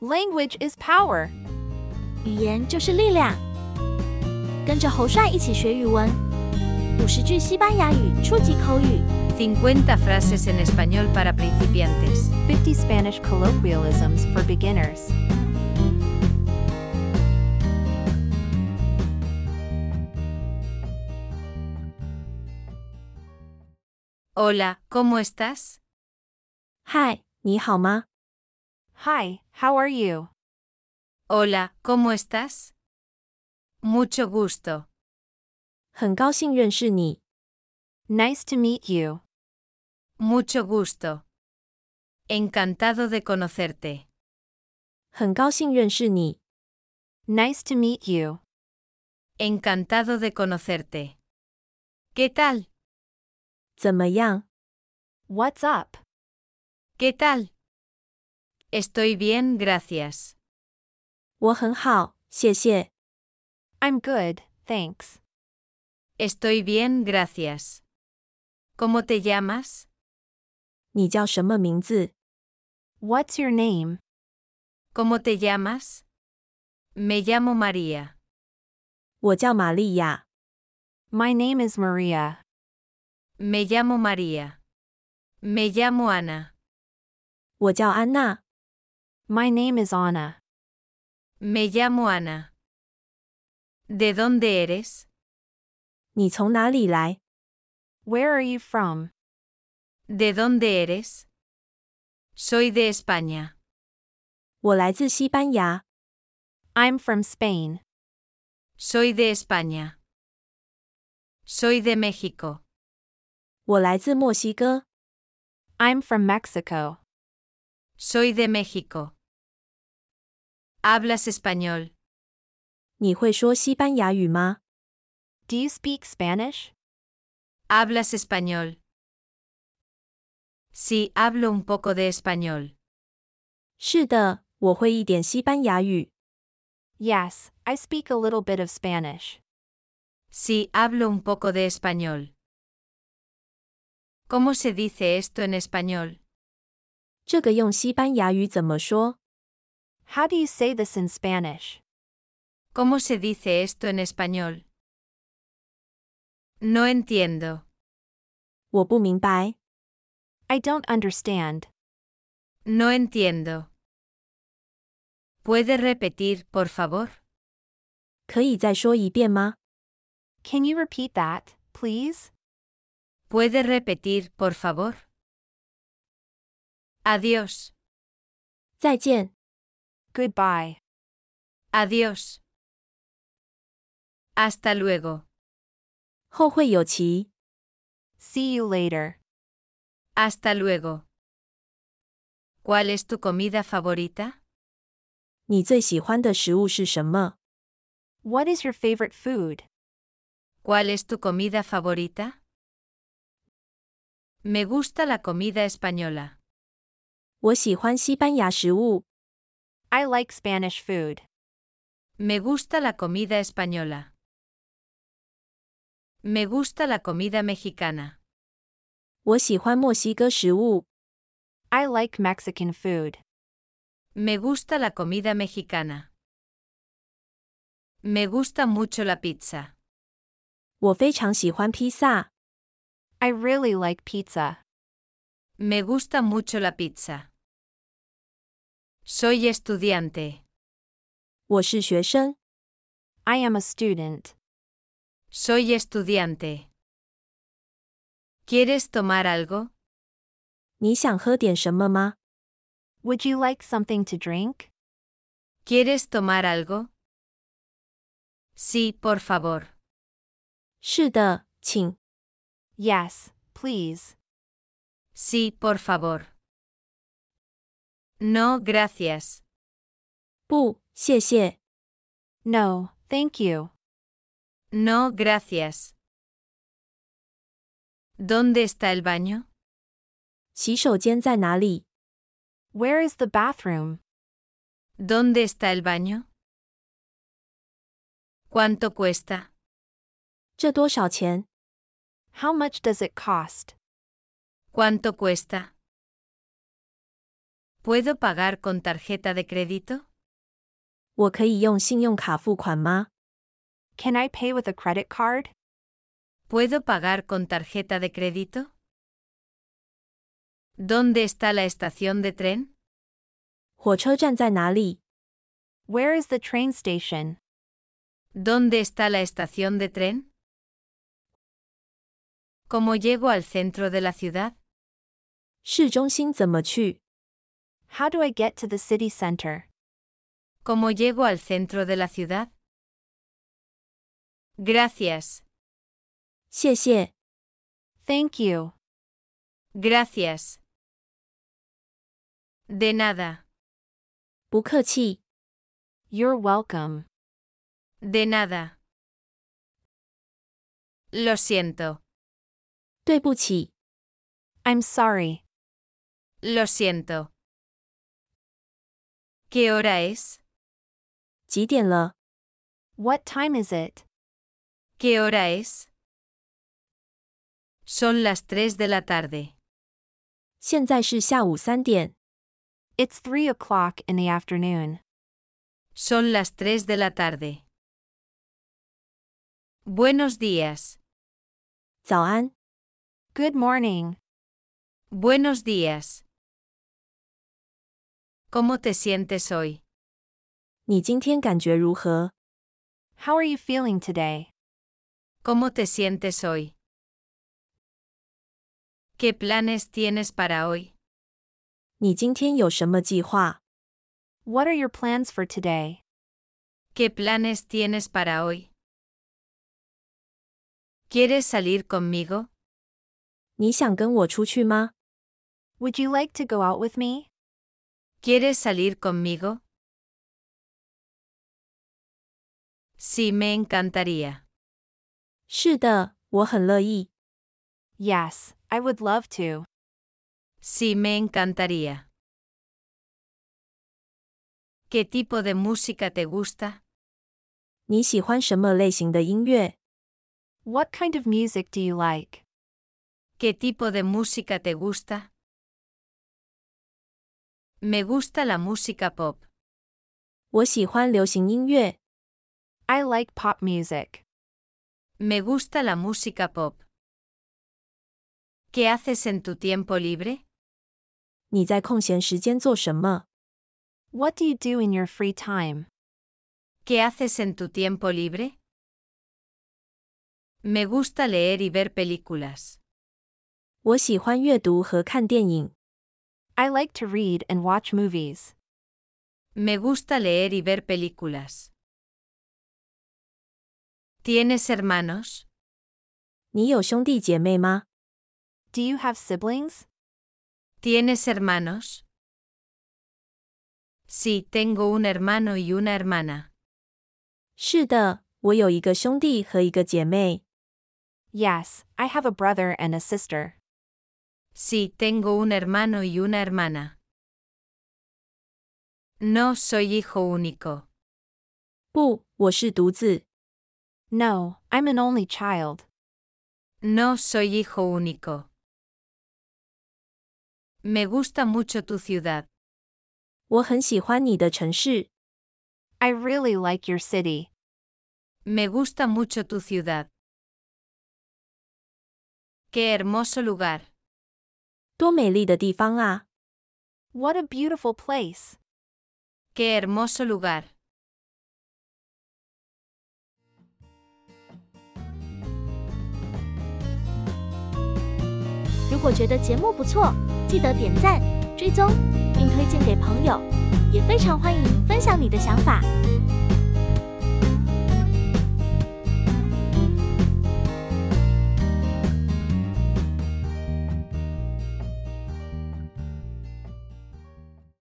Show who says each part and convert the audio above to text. Speaker 1: Language is power.
Speaker 2: 语言就是力量。跟着侯帅一起学语文，五十句西班牙语初级口语，
Speaker 3: 50 frases en español para principiantes.
Speaker 1: 50 Spanish colloquialisms for beginners.
Speaker 3: Hola, ¿cómo estás?
Speaker 2: 嗨，你好吗？
Speaker 1: Hi, how are you?
Speaker 3: Hola, ¿cómo estás? Mucho gusto.
Speaker 2: 很高兴认识你，
Speaker 1: Nice to meet you.
Speaker 3: Mucho gusto. Encantado de conocerte.
Speaker 2: 很高兴认识你，
Speaker 1: Nice to meet you.
Speaker 3: Encantado de conocerte. ¿Qué tal?
Speaker 2: 怎么样？
Speaker 1: What's up?
Speaker 3: ¿Qué tal? Estoy bien, gracias.
Speaker 2: 我很好，谢谢。
Speaker 1: I'm good, thanks.
Speaker 3: Estoy bien, gracias. ¿Cómo te llamas?
Speaker 2: 你叫什么名字？
Speaker 1: What's your name?
Speaker 3: ¿Cómo te llamas? Me llamo María.
Speaker 2: 我叫玛利亚，
Speaker 1: My name is Maria.
Speaker 3: Me llamo María. Me llamo Ana.
Speaker 2: 我叫安娜，
Speaker 1: My name is Anna.
Speaker 3: Me llamo Ana. ¿De dónde eres?
Speaker 2: 你从哪里来？
Speaker 1: Where are you from?
Speaker 3: ¿De dónde eres? Soy de España.
Speaker 2: 我来自西班牙，
Speaker 1: I'm from Spain.
Speaker 3: Soy de España. Soy de México.
Speaker 2: 我来自墨西哥，
Speaker 1: I'm from Mexico.
Speaker 3: Soy de México. ¿Hablas español?
Speaker 2: 你会说西班牙语吗？
Speaker 1: Do you speak Spanish?
Speaker 3: ¿Hablas español? Sí, hablo un poco de español.
Speaker 2: 是的，我会一点西班牙语。
Speaker 1: Yes, I speak a little bit of Spanish.
Speaker 3: Sí, hablo un poco de español. ¿Cómo se dice esto en español?
Speaker 2: 这个用西班牙语怎么说？
Speaker 1: How do you say this in Spanish?
Speaker 3: ¿Cómo se dice esto en español? No entiendo.
Speaker 2: 我不明白，
Speaker 1: I don't understand.
Speaker 3: No entiendo. ¿Puede repetir, por favor?
Speaker 2: 可以再说一遍吗？
Speaker 1: Can you repeat that, please?
Speaker 3: ¿Puede repetir, por favor? Adiós,
Speaker 2: 再见，
Speaker 1: Goodbye.
Speaker 3: adiós. Hasta luego,
Speaker 2: 后会有期，
Speaker 1: See you later.
Speaker 3: hasta luego. ¿Cuál es tu comida favorita?
Speaker 2: 你最喜欢的食物是什么？
Speaker 1: What is your favorite food?
Speaker 3: ¿Cuál es tu comida favorita? Me gusta la comida española.
Speaker 2: 我喜欢西班牙食物，
Speaker 1: I like Spanish food.
Speaker 3: Me gusta la comida española. Me gusta la comida mexicana.
Speaker 2: 我喜欢墨西哥食物，
Speaker 1: I like Mexican food.
Speaker 3: Me gusta la comida mexicana. Me gusta mucho la pizza.
Speaker 2: 我非常喜欢披萨，
Speaker 1: I really like pizza.
Speaker 3: Me gusta mucho la pizza. Soy estudiante.
Speaker 2: 我是学生，
Speaker 1: I am a student.
Speaker 3: Soy estudiante. ¿Quieres tomar algo?
Speaker 2: 你想喝点什么吗？
Speaker 1: Would you like something to drink?
Speaker 3: ¿Quieres tomar algo? Sí, por favor.
Speaker 2: 是的，请。
Speaker 1: Yes, please.
Speaker 3: Sí, por favor. No, gracias.
Speaker 2: 不，谢谢。
Speaker 1: No, thank you.
Speaker 3: No, gracias. ¿Dónde está el baño?
Speaker 2: 洗手间在哪里？
Speaker 1: Where is the bathroom?
Speaker 3: ¿Dónde está el baño? ¿Cuánto cuesta?
Speaker 2: 这多少钱？
Speaker 1: How much does it cost?
Speaker 3: ¿Cuánto cuesta? ¿Puedo pagar con tarjeta de crédito?
Speaker 2: 我可以用信用卡付款吗？
Speaker 1: Can I pay with a credit card?
Speaker 3: ¿Puedo pagar con tarjeta de crédito? ¿Dónde está la estación de tren?
Speaker 2: 火车站在哪里？
Speaker 1: Where is the train station?
Speaker 3: ¿Dónde está la estación de tren? ¿Cómo llego al centro de la ciudad?
Speaker 2: 市中心怎么去？
Speaker 1: How do I get to the city center?
Speaker 3: ¿Cómo llego al centro de la ciudad? Gracias,
Speaker 2: 谢谢，
Speaker 1: Thank you.
Speaker 3: gracias. De nada,
Speaker 2: 不客气，
Speaker 1: You're welcome.
Speaker 3: de nada. Lo siento,
Speaker 2: 对不起，
Speaker 1: I'm sorry.
Speaker 3: lo siento. ¿Qué hora es?
Speaker 2: 几点了？
Speaker 1: What time is it?
Speaker 3: ¿Qué hora es? Son las 3 de la tarde.
Speaker 2: 现在是下午三点，
Speaker 1: It's 3 o'clock in the afternoon.
Speaker 3: Son las 3 de la tarde. Buenos días.
Speaker 2: 早安，
Speaker 1: Good morning.
Speaker 3: Buenos días. ¿Cómo te sientes hoy?
Speaker 2: 你今天感觉如何？
Speaker 1: How are you feeling today?
Speaker 3: ¿Cómo te sientes hoy? ¿Qué planes tienes para hoy?
Speaker 2: 你今天有什么计划？
Speaker 1: What are your plans for today?
Speaker 3: ¿Qué planes tienes para hoy? ¿Quieres salir conmigo?
Speaker 2: 你想跟我出去吗？
Speaker 1: Would you like to go out with me?
Speaker 3: ¿Quieres salir conmigo? Sí, me encantaría.
Speaker 2: 是的，我很乐意。
Speaker 1: Yes, I would love to.
Speaker 3: Sí, me encantaría. ¿Qué tipo de música te gusta?
Speaker 2: 你喜欢什么类型的音乐？
Speaker 1: What kind of music do you like?
Speaker 3: ¿Qué tipo de música te gusta? Me gusta la música pop.
Speaker 2: 我喜欢流行音乐，
Speaker 1: I like pop music.
Speaker 3: Me gusta la música pop. ¿Qué haces en tu tiempo libre?
Speaker 2: 你在空闲时间做什么？
Speaker 1: What do you do in your free time?
Speaker 3: ¿Qué haces en tu tiempo libre? Me gusta leer y ver películas.
Speaker 2: 我喜欢阅读和看电影。
Speaker 1: I like to read and watch movies.
Speaker 3: Me gusta leer y ver películas. ¿Tienes hermanos?
Speaker 2: 你有兄弟姐妹吗？
Speaker 1: Do you have siblings?
Speaker 3: ¿Tienes hermanos? Sí, tengo un hermano y una hermana.
Speaker 2: 是的，我有一个兄弟和一个姐妹。
Speaker 1: Yes, I have a brother and a sister.
Speaker 3: Sí, tengo un hermano y una hermana. No soy hijo único.
Speaker 2: 不，我是独子。
Speaker 1: No, I'm an only child.
Speaker 3: No soy hijo único. Me gusta mucho tu ciudad.
Speaker 2: 我很喜欢你的城市，
Speaker 1: I really like your city.
Speaker 3: Me gusta mucho tu ciudad. Qué hermoso lugar.
Speaker 2: 多美丽的地方啊！
Speaker 1: What a beautiful place.
Speaker 3: Qué hermoso lugar.
Speaker 4: 如果觉得节目不错，记得点赞、追踪，并推荐给朋友，也非常欢迎分享你的想法。